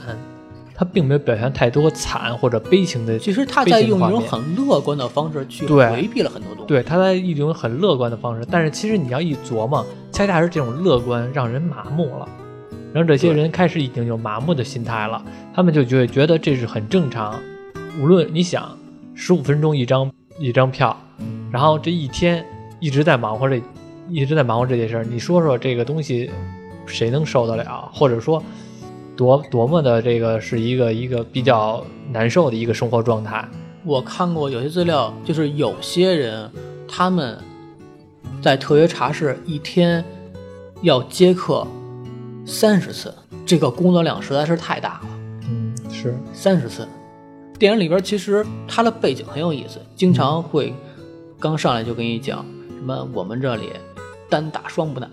Speaker 1: 她并没有表现太多惨或者悲情的
Speaker 3: 其实他在用一种
Speaker 1: 悲情画
Speaker 3: 很乐观的方式去
Speaker 1: 对
Speaker 3: 回避了很多东西。
Speaker 1: 对，他在一种很乐观的方式，但是其实你要一琢磨，恰恰是这种乐观让人麻木了，让这些
Speaker 3: 对
Speaker 1: 人开始已经有麻木的心态了，他们就觉得觉得这是很正常。无论你想，十五分钟一张一张票，然后这一天一直在忙活这一直在忙活这件事儿，你说说这个东西谁能受得了，或者说多多么的这个是一个一个比较难受的一个生活状态。
Speaker 3: 我看过有些资料，就是有些人他们在特约茶室一天要接客三十次，这个工作量实在是太大了。
Speaker 1: 嗯，是，
Speaker 3: 三十次。电影里边其实它的背景很有意思，经常会刚上来就跟你讲什么我们这里单打双不打，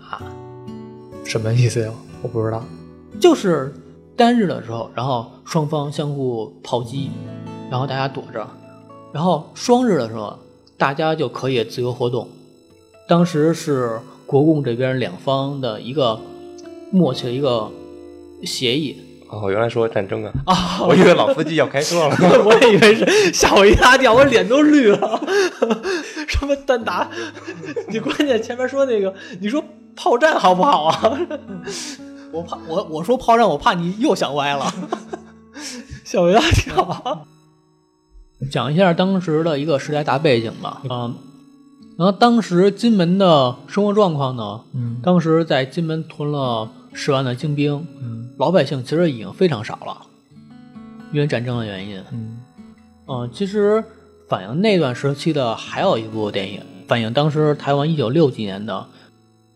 Speaker 1: 什么意思呀？我不知道。
Speaker 3: 就是单日的时候，然后双方相互炮击，然后大家躲着，然后双日的时候大家就可以自由活动。当时是国共这边两方的一个默契的一个协议，
Speaker 2: 哦，原来说战争啊！啊，我以为老司机要开车了。
Speaker 1: 我也以为是吓我一大跳，我脸都绿了。 什么单打？你关键前面说那个，你说炮战好不好啊？
Speaker 3: 我怕我我说炮战，我怕你又想歪了。
Speaker 1: 吓我一大跳。
Speaker 3: 讲一下当时的一个时代大背景吧。嗯，然后当时金门的生活状况呢，
Speaker 1: 嗯
Speaker 3: 当时在金门屯了十万的精兵，
Speaker 1: 嗯
Speaker 3: 老百姓其实已经非常少了，因为战争的原因。
Speaker 1: 嗯
Speaker 3: 嗯，其实反映那段时期的还有一部电影，反映当时台湾一九六几年的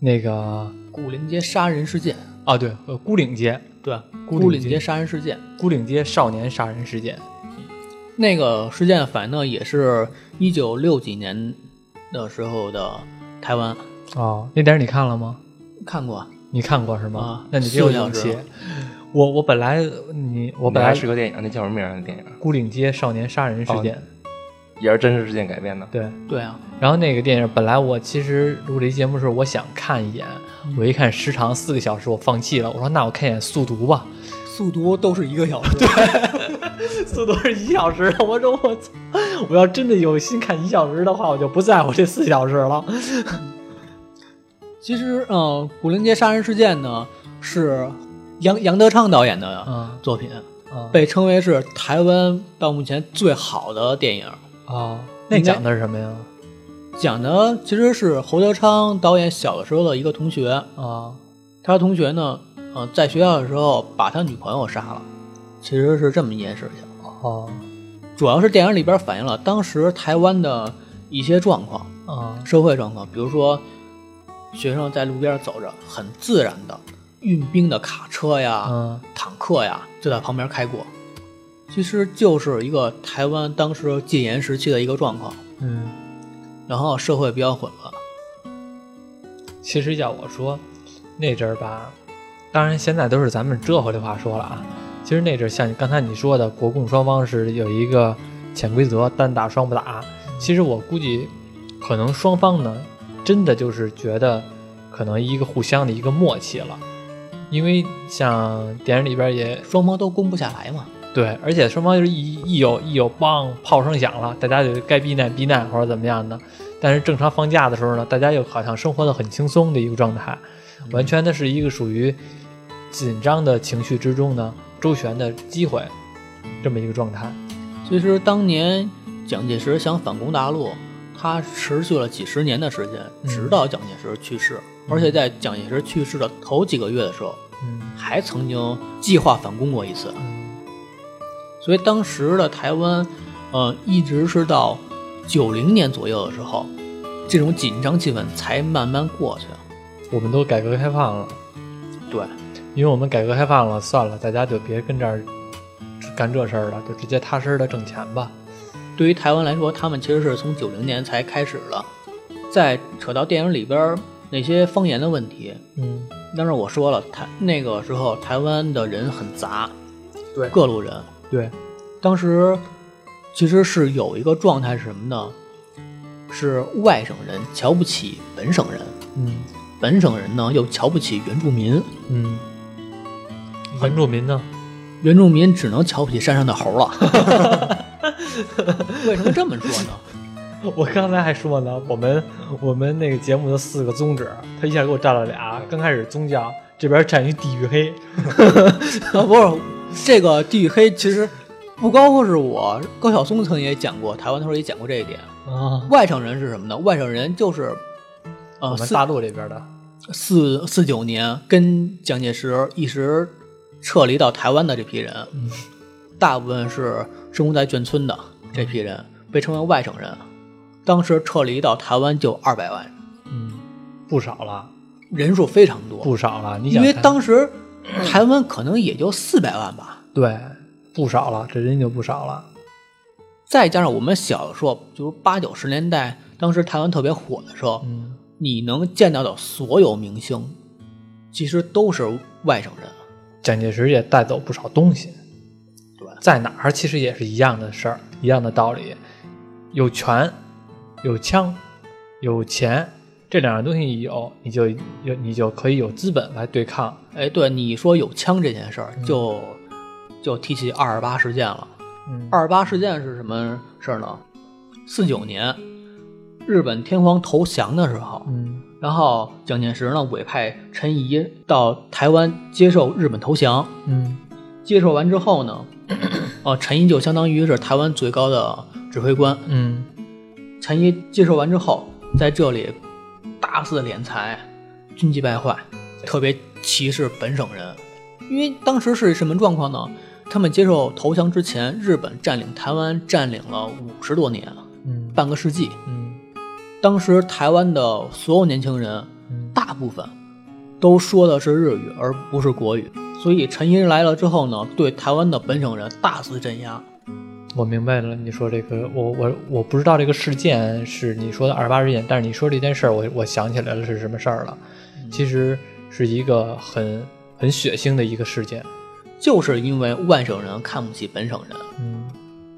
Speaker 1: 那个
Speaker 3: 古灵街杀人事件。
Speaker 1: 啊，对，呃，孤岭街，
Speaker 3: 对，
Speaker 1: 孤
Speaker 3: 孤
Speaker 1: 岭
Speaker 3: 岭
Speaker 1: 街
Speaker 3: 街杀人事件。
Speaker 1: 孤岭街少年杀人事件。
Speaker 3: 那个事件反映的也是一九六几年的时候的台湾，
Speaker 1: 哦，那电影你看了吗？
Speaker 3: 看过啊。
Speaker 1: 你看过是吗？
Speaker 3: 啊
Speaker 1: 那你真有
Speaker 3: 是
Speaker 1: 勇
Speaker 3: 是
Speaker 1: 气。我我本来你我
Speaker 2: 我
Speaker 1: 本
Speaker 2: 本
Speaker 1: 来
Speaker 2: 来是个电影，那叫什么名儿啊？那电影
Speaker 1: 孤岭街少年杀人事
Speaker 2: 哦
Speaker 1: 件，
Speaker 2: 也是真实事件改编的。
Speaker 1: 对。
Speaker 3: 对啊，
Speaker 1: 然后那个电影本来我其实录这期节目时候我想看一眼，我一看时长四个小时，我放弃了。我说那我看一眼《速读》吧，
Speaker 3: 速读都是一个小 时。
Speaker 1: 《 速读》是一小时，我说我操，我要真的有心看一小时的话，我就不在乎这四小时了。
Speaker 3: 其实，呃，《古灵街杀人事件》呢是杨杨德昌导演的
Speaker 1: 啊
Speaker 3: 作品，
Speaker 1: 啊
Speaker 3: 被称为是台湾到目前最好的电影。
Speaker 1: 啊！那讲的是什么呀？
Speaker 3: 讲的其实是侯德昌导演小的时候的一个同学，
Speaker 1: 啊
Speaker 3: 他的同学呢，呃，在学校的时候把他女朋友杀了，其实是这么一件事情。
Speaker 1: 哦
Speaker 3: 主要是电影里边反映了当时台湾的一些状况，
Speaker 1: 啊
Speaker 3: 社会状况，比如说学生在路边走着，很自然的运兵的卡车呀、
Speaker 1: 嗯
Speaker 3: 坦克呀就在旁边开过，其实就是一个台湾当时戒严时期的一个状况，
Speaker 1: 嗯，
Speaker 3: 然后社会比较混乱。
Speaker 1: 其实要我说，那阵儿吧，当然现在都是咱们这回的话说了啊。其实那阵儿像刚才你说的，国共双方是有一个潜规则，单打双不打。其实我估计，可能双方呢，真的就是觉得可能一个互相的一个默契了，因为像电影里边也
Speaker 3: 双方都攻不下来嘛。
Speaker 1: 对，而且双方就是一一有一有梆炮声响了，大家就该避难避难或者怎么样的。但是正常放假的时候呢，大家又好像生活的很轻松的一个状态，完全的是一个属于紧张的情绪之中呢周旋的机会，这么一个状态。
Speaker 3: 其实当年蒋介石想反攻大陆，他持续了几十年的时间，
Speaker 1: 嗯
Speaker 3: 直到蒋介石去世。而且在蒋介石去世的头几个月的时候，
Speaker 1: 嗯
Speaker 3: 还曾经计划反攻过一次。
Speaker 1: 嗯
Speaker 3: 所以当时的台湾，呃，一直是到九零年左右的时候，这种紧张气氛才慢慢过去。
Speaker 1: 我们都改革开放了，
Speaker 3: 对，
Speaker 1: 因为我们改革开放了，算了，大家就别跟这儿干这事儿了，就直接踏实的挣钱吧。
Speaker 3: 对于台湾来说，他们其实是从九零年才开始的。再扯到电影里边儿那些方言的问题，
Speaker 1: 嗯
Speaker 3: 但是我说了，台那个时候台湾的人很杂，
Speaker 1: 对
Speaker 3: 各路人。
Speaker 1: 对，
Speaker 3: 当时其实是有一个状态是什么呢？是外省人瞧不起本省人，
Speaker 1: 嗯
Speaker 3: 本省人呢又瞧不起原住民，
Speaker 1: 嗯，原住民呢？
Speaker 3: 原住民只能瞧不起山上的猴了。 为什么这么说呢？
Speaker 1: 我刚才还说呢，我们我们那个节目的四个宗旨，他一下给我占了俩。刚开始宗教这边占一地域黑，
Speaker 3: 啊，不是这个地域黑，其实不光光是我，高晓松曾经也讲过，台湾那时候也讲过这一点。
Speaker 1: 啊，
Speaker 3: 外省人是什么呢？外省人就是，
Speaker 1: 我
Speaker 3: 呃，
Speaker 1: 们
Speaker 3: 四
Speaker 1: 大陆这边的，
Speaker 3: 四四九年跟蒋介石一时撤离到台湾的这批人，
Speaker 1: 嗯
Speaker 3: 大部分是生活在眷村的这批人，
Speaker 1: 嗯
Speaker 3: 被称为外省人。当时撤离到台湾就二百万，
Speaker 1: 嗯，不少了，
Speaker 3: 人数非常多。
Speaker 1: 不少了。你
Speaker 3: 因
Speaker 1: 想看，
Speaker 3: 为当时台湾可能也就四百万吧，
Speaker 1: 对不少了，这人就不少了。
Speaker 3: 再加上我们小时候，就是八九十年代，当时台湾特别火的时候，
Speaker 1: 嗯，
Speaker 3: 你能见到的所有明星，其实都是外省人。
Speaker 1: 蒋介石也带走不少东西，
Speaker 3: 对
Speaker 1: 在哪儿其实也是一样的事儿，一样的道理。有权，有枪，有钱，这两样东西一有，你就有你就可以有资本来对抗。
Speaker 3: 哎，对你说有枪这件事儿，就、就提起二二八事件了。
Speaker 1: 嗯
Speaker 3: 二二八事件是什么事儿呢？四九年，日本天皇投降的时候，
Speaker 1: 嗯
Speaker 3: 然后蒋介石呢委派陈仪到台湾接受日本投降。
Speaker 1: 嗯。
Speaker 3: 接受完之后呢， 呃，陈毅就相当于是台湾最高的指挥官。
Speaker 1: 嗯
Speaker 3: 陈毅接受完之后，在这里大肆敛财，军纪败坏，特别歧视本省人。因为当时是什么状况呢？他们接受投降之前，日本占领台湾占领了五十多年，
Speaker 1: 嗯
Speaker 3: 半个世纪。
Speaker 1: 嗯
Speaker 3: 当时台湾的所有年轻人
Speaker 1: 嗯
Speaker 3: 大部分都说的是日语，而不是国语。所以陈寅来了之后呢，对台湾的本省人大肆镇压。
Speaker 1: 我明白了，你说这个，我我我不知道这个事件是你说的二八事件，但是你说这件事儿，我我想起来了是什么事儿了。其实是一个很很血腥的一个事件。
Speaker 3: 就是因为外省人看不起本省人，
Speaker 1: 嗯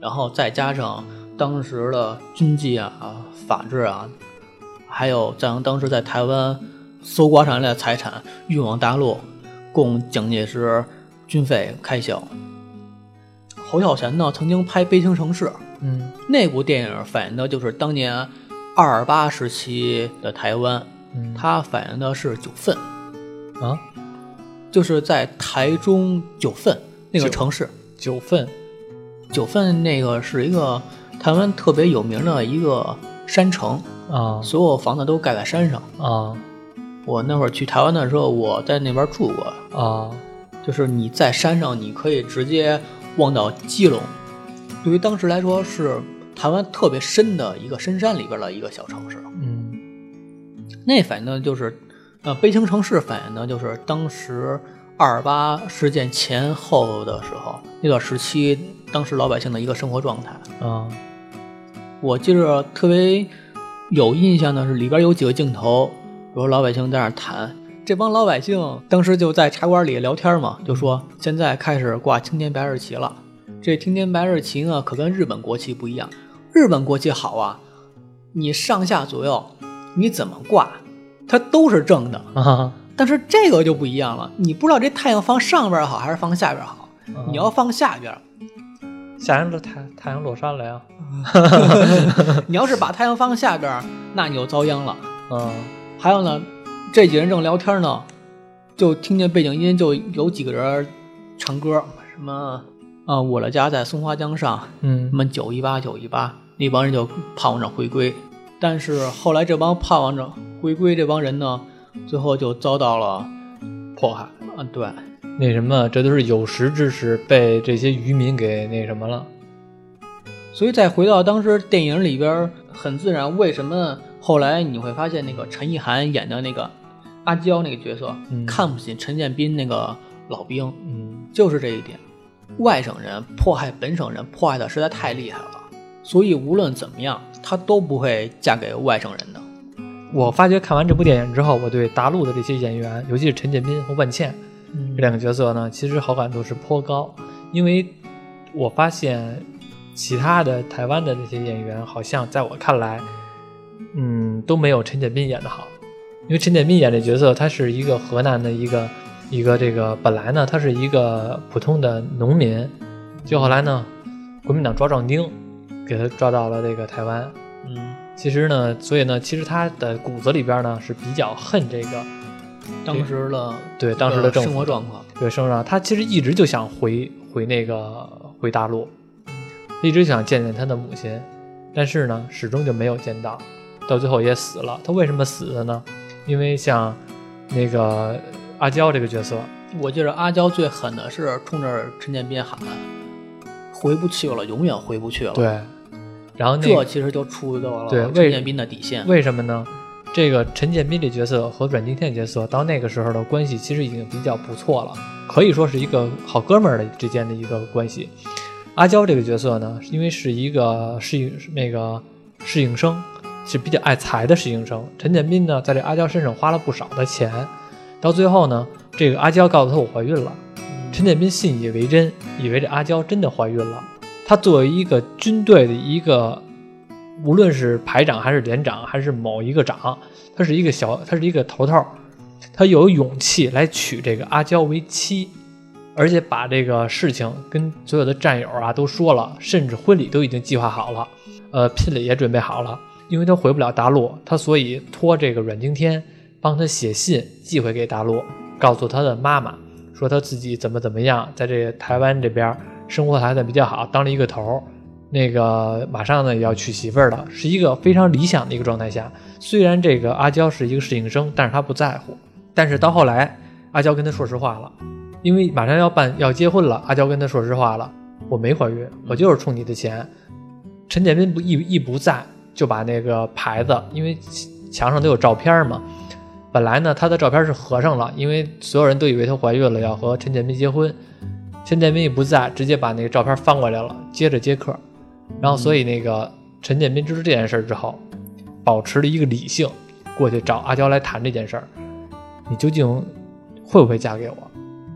Speaker 3: 然后再加上当时的经济啊、法治啊，还有加上当时在台湾搜刮上来的财产运往大陆，供蒋介石军费开销。侯孝贤呢，曾经拍《悲情城市》，
Speaker 1: 嗯
Speaker 3: 那部电影反映的就是当年二二八时期的台湾，
Speaker 1: 嗯
Speaker 3: 它反映的是九份，
Speaker 1: 啊，
Speaker 3: 就是在台中九份那个
Speaker 1: 九
Speaker 3: 城市。
Speaker 1: 九份
Speaker 3: 九份那个是一个台湾特别有名的一个山城，
Speaker 1: 啊
Speaker 3: 所有房子都盖在山上。
Speaker 1: 啊
Speaker 3: 我那会儿去台湾的时候，我在那边住过，
Speaker 1: 啊
Speaker 3: 就是你在山上，你可以直接望到基隆。对于当时来说是台湾特别深的一个深山里边的一个小城市。
Speaker 1: 嗯
Speaker 3: 那反映的就是，呃，悲情城市反映的就是当时二二八事件前后的时候那段时期，当时老百姓的一个生活状态。
Speaker 1: 啊
Speaker 3: 我记着特别有印象的是，里边有几个镜头，比如老百姓在那儿谈，这帮老百姓当时就在茶馆里聊天嘛，就说现在开始挂青天白日旗了。这青天白日旗呢，可跟日本国旗不一样，日本国旗好啊，你上下左右你怎么挂，它都是正的。
Speaker 1: 啊！
Speaker 3: 但是这个就不一样了，你不知道这太阳放上边儿好还是放下边儿好，你要放下边儿，
Speaker 1: 啊下人落太太阳落山了呀，
Speaker 3: 你要是把太阳放下边儿，那你就遭殃了。
Speaker 1: 啊
Speaker 3: 还有呢，这几人正聊天呢，就听见背景音就有几个人唱歌，什么啊、呃我的家在松花江上，
Speaker 1: 嗯
Speaker 3: 什么九一八九一八，那帮人就盼望着回归。但是后来这帮盼望着回归这帮人呢，最后就遭到了迫害。嗯，对，
Speaker 1: 那什么，这都是有识之士被这些渔民给那什么了。
Speaker 3: 所以再回到当时电影里边儿，很自然，为什么后来你会发现那个陈意涵演的那个阿娇那个角色，
Speaker 1: 嗯
Speaker 3: 看不起陈建斌那个老兵，
Speaker 1: 嗯
Speaker 3: 就是这一点，外省人迫害本省人，迫害的实在太厉害了，所以无论怎么样，她都不会嫁给外省人的。，
Speaker 1: 我发觉看完这部电影之后，我对大陆的这些演员，尤其是陈建斌和万茜
Speaker 3: 嗯
Speaker 1: 这两个角色呢，其实好感度是颇高，因为我发现其他的台湾的那些演员，好像在我看来，嗯，都没有陈建斌演的好。因为陈建斌演这角色，他是一个河南的一个一个这个本来呢，他是一个普通的农民，就后来呢，国民党抓壮丁，给他抓到了这个台湾，
Speaker 3: 嗯，
Speaker 1: 其实呢，所以呢，其实他的骨子里边呢是比较恨这个
Speaker 3: 当时的
Speaker 1: 对当时的政府
Speaker 3: 生活状况，
Speaker 1: 对生长，他其实一直就想回回那个回大陆，一直想见见他的母亲，但是呢，始终就没有见到，到最后也死了。他为什么死的呢？因为像那个阿娇这个角色，
Speaker 3: 我记得阿娇最狠的是冲着陈建斌喊：“回不去了，永远回不去了。”
Speaker 1: 对，然后那
Speaker 3: 这
Speaker 1: 个
Speaker 3: 其实就触到了
Speaker 1: 对
Speaker 3: 陈
Speaker 1: 为
Speaker 3: 建斌的底线。
Speaker 1: 为什么呢？这个陈建斌这角色和阮经天角色到那个时候的关系其实已经比较不错了，可以说是一个好哥们儿的之间的一个关系。阿娇这个角色呢，因为是一个适应那个适应生，是比较爱财的适应生。陈建斌呢，在这阿娇身上花了不少的钱，到最后呢，这个阿娇告诉他我怀孕了，陈建斌信以为真，以为这阿娇真的怀孕了。他作为一个军队的一个，无论是排长还是连长还是某一个长，他是一个小，他是一个头头，他有勇气来娶这个阿娇为妻，而且把这个事情跟所有的战友啊都说了，甚至婚礼都已经计划好了，呃，聘礼也准备好了。因为他回不了大陆，他所以托这个阮经天帮他写信寄回给大陆，告诉他的妈妈，说他自己怎么怎么样，在这个台湾这边儿生活还算比较好，当了一个头儿。那个马上呢也要娶媳妇儿了，是一个非常理想的一个状态下。虽然这个阿娇是一个适应生，但是她不在乎。但是到后来，阿娇跟他说实话了，因为马上要办要结婚了，阿娇跟他说实话了，我没怀孕，我就是冲你的钱。陈建斌不一一不在，就把那个牌子，因为墙上都有照片嘛，本来呢，她的照片是合上了，因为所有人都以为她怀孕了，要和陈建斌结婚。陈建斌一不在，直接把那个照片翻过来了，接着接客。然后，所以那个陈建斌知道这件事儿之后，保持了一个理性，过去找阿娇来谈这件事儿。你究竟会不会嫁给我？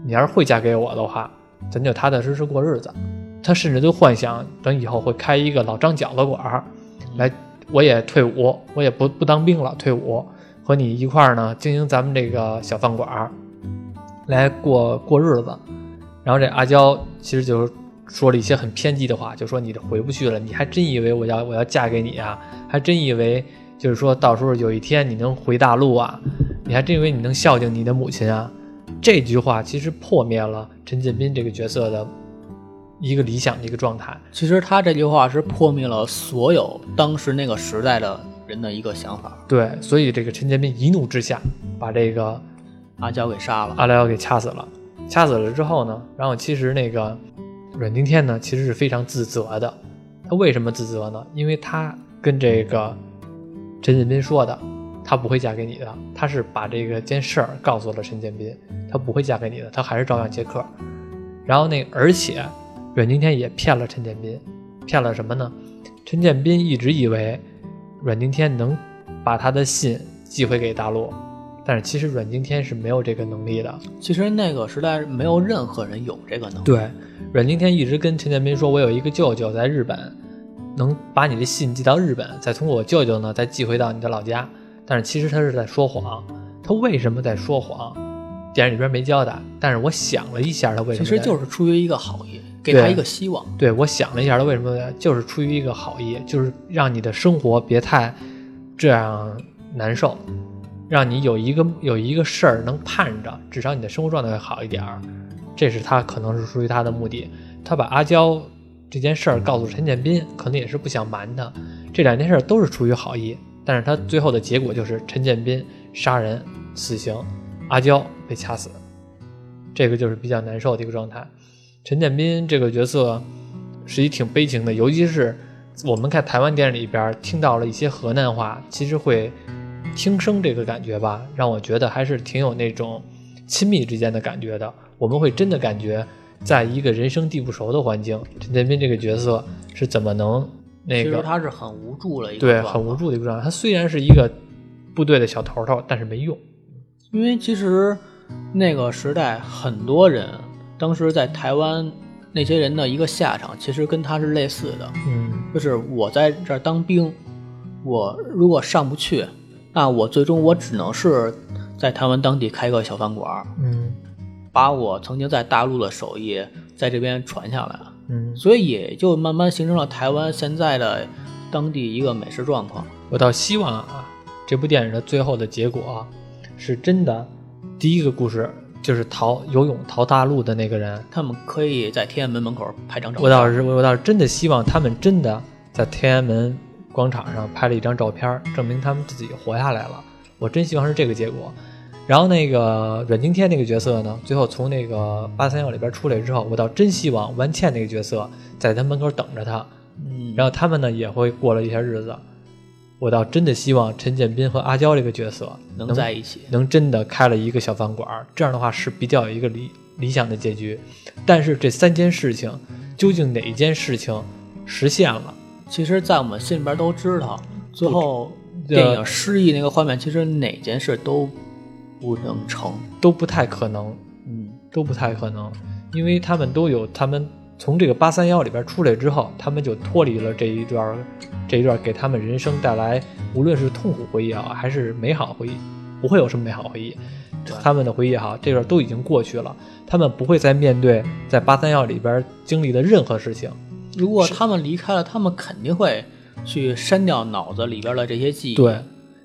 Speaker 1: 你要是会嫁给我的话，咱就踏踏实实过日子。他甚至都幻想等以后会开一个老张饺子馆儿，来，我也退伍，我也不不当兵了，退伍和你一块儿呢经营咱们这个小饭馆儿，来过过日子。然后这阿娇其实就说了一些很偏激的话，就说你这回不去了，你还真以为我要我要嫁给你啊？还真以为就是说到时候有一天你能回大陆啊？你还真以为你能孝敬你的母亲啊？这句话其实破灭了陈建斌这个角色的一个理想的一个状态。
Speaker 3: 其实他这句话是破灭了所有当时那个时代的人的一个想法，
Speaker 1: 对，所以这个陈建斌一怒之下把这个
Speaker 3: 阿娇给杀了。
Speaker 1: 阿廖给掐死了。掐死了之后呢，然后其实那个阮经天呢其实是非常自责的，他为什么自责呢？因为他跟这个陈建斌说的，他不会嫁给你的。他是把这个件事儿告诉了陈建斌，他不会嫁给你的，他还是照样接客。然后那而且阮经天也骗了陈建斌，骗了什么呢？陈建斌一直以为阮经天能把他的信寄回给大陆，但是其实阮经天是没有这个能力的。
Speaker 3: 其实那个时代没有任何人有这个能力。
Speaker 1: 对，阮经天一直跟陈建斌说：“我有一个舅舅在日本，能把你的信寄到日本，再通过我舅舅呢再寄回到你的老家。”但是其实他是在说谎。他为什么在说谎？电影里边没交代。但是我想了一下，他为什
Speaker 3: 其
Speaker 1: 么
Speaker 3: 实
Speaker 1: 在
Speaker 3: 就是出于一个好意，给
Speaker 1: 对
Speaker 3: 他一个希望。
Speaker 1: 对我想了一下，他为什么在就是出于一个好意，就是让你的生活别太这样难受，让你有一个有一个事儿能盼着，至少你的生活状态会好一点儿。这是他可能是出于他的目的。他把阿娇这件事儿告诉陈建斌，可能也是不想瞒他。这两件事儿都是出于好意，但是他最后的结果就是陈建斌杀人死刑，阿娇被掐死，这个就是比较难受的一个状态。陈建斌这个角色是一挺悲情的，尤其是我们看台湾电影里边听到了一些河南话，其实会听声这个感觉吧，让我觉得还是挺有那种亲密之间的感觉的。我们会真的感觉，在一个人生地不熟的环境，陈建斌这个角色是怎么能那
Speaker 3: 其
Speaker 1: 个
Speaker 3: 实他是很无助的一个
Speaker 1: 对
Speaker 3: 状态
Speaker 1: 很无助的一个状态？他虽然是一个部队的小头头，但是没用。
Speaker 3: 因为其实那个时代很多人当时在台湾那些人的一个下场，其实跟他是类似的，
Speaker 1: 嗯
Speaker 3: 就是我在这儿当兵，我如果上不去，那我最终我只能是在台湾当地开个小饭馆儿，
Speaker 1: 嗯
Speaker 3: 把我曾经在大陆的手艺在这边传下来，
Speaker 1: 嗯，
Speaker 3: 所以也就慢慢形成了台湾现在的当地一个美食状况。
Speaker 1: 我倒希望啊，这部电影的最后的结果啊、是真的。第一个故事就是逃游泳逃大陆的那个人，
Speaker 3: 他们可以在天安门门口拍张照片。
Speaker 1: 我倒是我倒是真的希望他们真的在天安门广场上拍了一张照片，证明他们自己活下来了。我真希望是这个结果。然后那个阮经天那个角色呢，最后从那个八三幺里边出来之后，我倒真希望万茜那个角色在他门口等着他，
Speaker 3: 嗯，
Speaker 1: 然后他们呢也会过了一些日子。我倒真的希望陈建斌和阿娇这个角色
Speaker 3: 能在一起。
Speaker 1: 能真的开了一个小饭馆儿，这样的话是比较有一个理理想的结局。但是这三件事情，究竟哪一件事情实现了？
Speaker 3: 其实，在我们心里边都知道，最后电影失忆那个画面，其实哪件事都不能成。
Speaker 1: 都不太可能，
Speaker 3: 嗯，
Speaker 1: 都不太可能，因为他们都有他们从这个八三幺里边出来之后，他们就脱离了这一段儿这一段给他们人生带来无论是痛苦回忆也好，还是美好回忆，不会有什么美好回忆。他们的回忆也好，这段都已经过去了，他们不会再面对在八三幺里边经历的任何事情。
Speaker 3: 如果他们离开了，他们肯定会去删掉脑子里边的这些记忆。
Speaker 1: 对，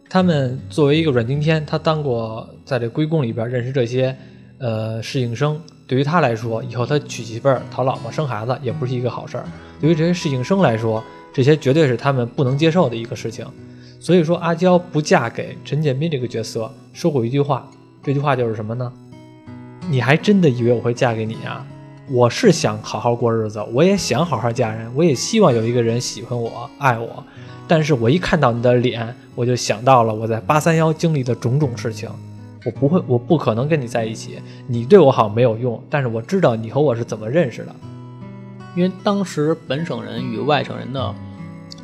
Speaker 1: 他们作为一个阮经天，他当过在这归宫里边认识这些呃侍应生，对于他来说，以后他娶媳妇儿、讨老婆、生孩子也不是一个好事儿。对于这些侍应生来说，这些绝对是他们不能接受的一个事情。所以说，阿娇不嫁给陈建斌这个角色，说过一句话，这句话就是什么呢？你还真的以为我会嫁给你啊？我是想好好过日子，我也想好好嫁人，我也希望有一个人喜欢我、爱我。但是我一看到你的脸，我就想到了我在八三幺经历的种种事情。我不会，我不可能跟你在一起。你对我好没有用，但是我知道你和我是怎么认识的。
Speaker 3: 因为当时本省人与外省人的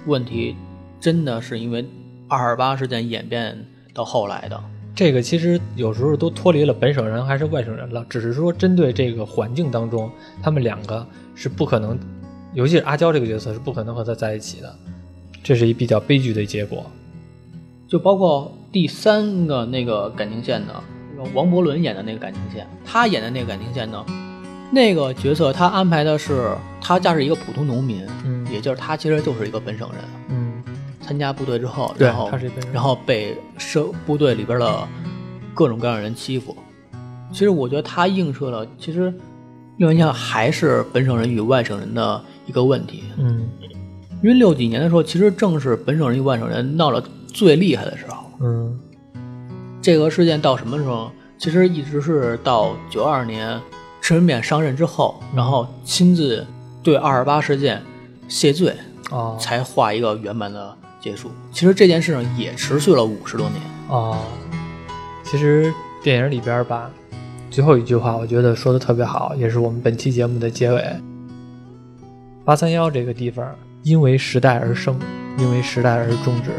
Speaker 3: 问题，真的是因为二二八事件演变到后来的。
Speaker 1: 这个其实有时候都脱离了本省人还是外省人了，只是说针对这个环境当中，他们两个是不可能，尤其是阿娇这个角色是不可能和他在一起的，这是一比较悲剧的结果。
Speaker 3: 就包括第三个那个感情线呢，王伯伦演的那个感情线，他演的那个感情线呢，那个角色他安排的是他家是一个普通农民，
Speaker 1: 嗯
Speaker 3: 也就是他其实就是一个本省人，
Speaker 1: 嗯
Speaker 3: 参加部队之后，
Speaker 1: 对
Speaker 3: 然后
Speaker 1: 他是一本省人
Speaker 3: 然后被社部队里边的各种各样的人欺负。其实我觉得他映射了，其实另一项还是本省人与外省人的一个问题，
Speaker 1: 嗯
Speaker 3: 因为六几年的时候，其实正是本省人与外省人闹得最厉害的时候。
Speaker 1: 嗯
Speaker 3: 这个事件到什么时候？其实一直是到九二年陈水扁上任之后，然后亲自对二二八事件谢罪，
Speaker 1: 哦
Speaker 3: 才画一个圆满的结束。其实这件事情也持续了五十多年。
Speaker 1: 哦，其实电影里边儿吧，最后一句话我觉得说的特别好，也是我们本期节目的结尾。八三幺这个地方，因为时代而生，因为时代而终止。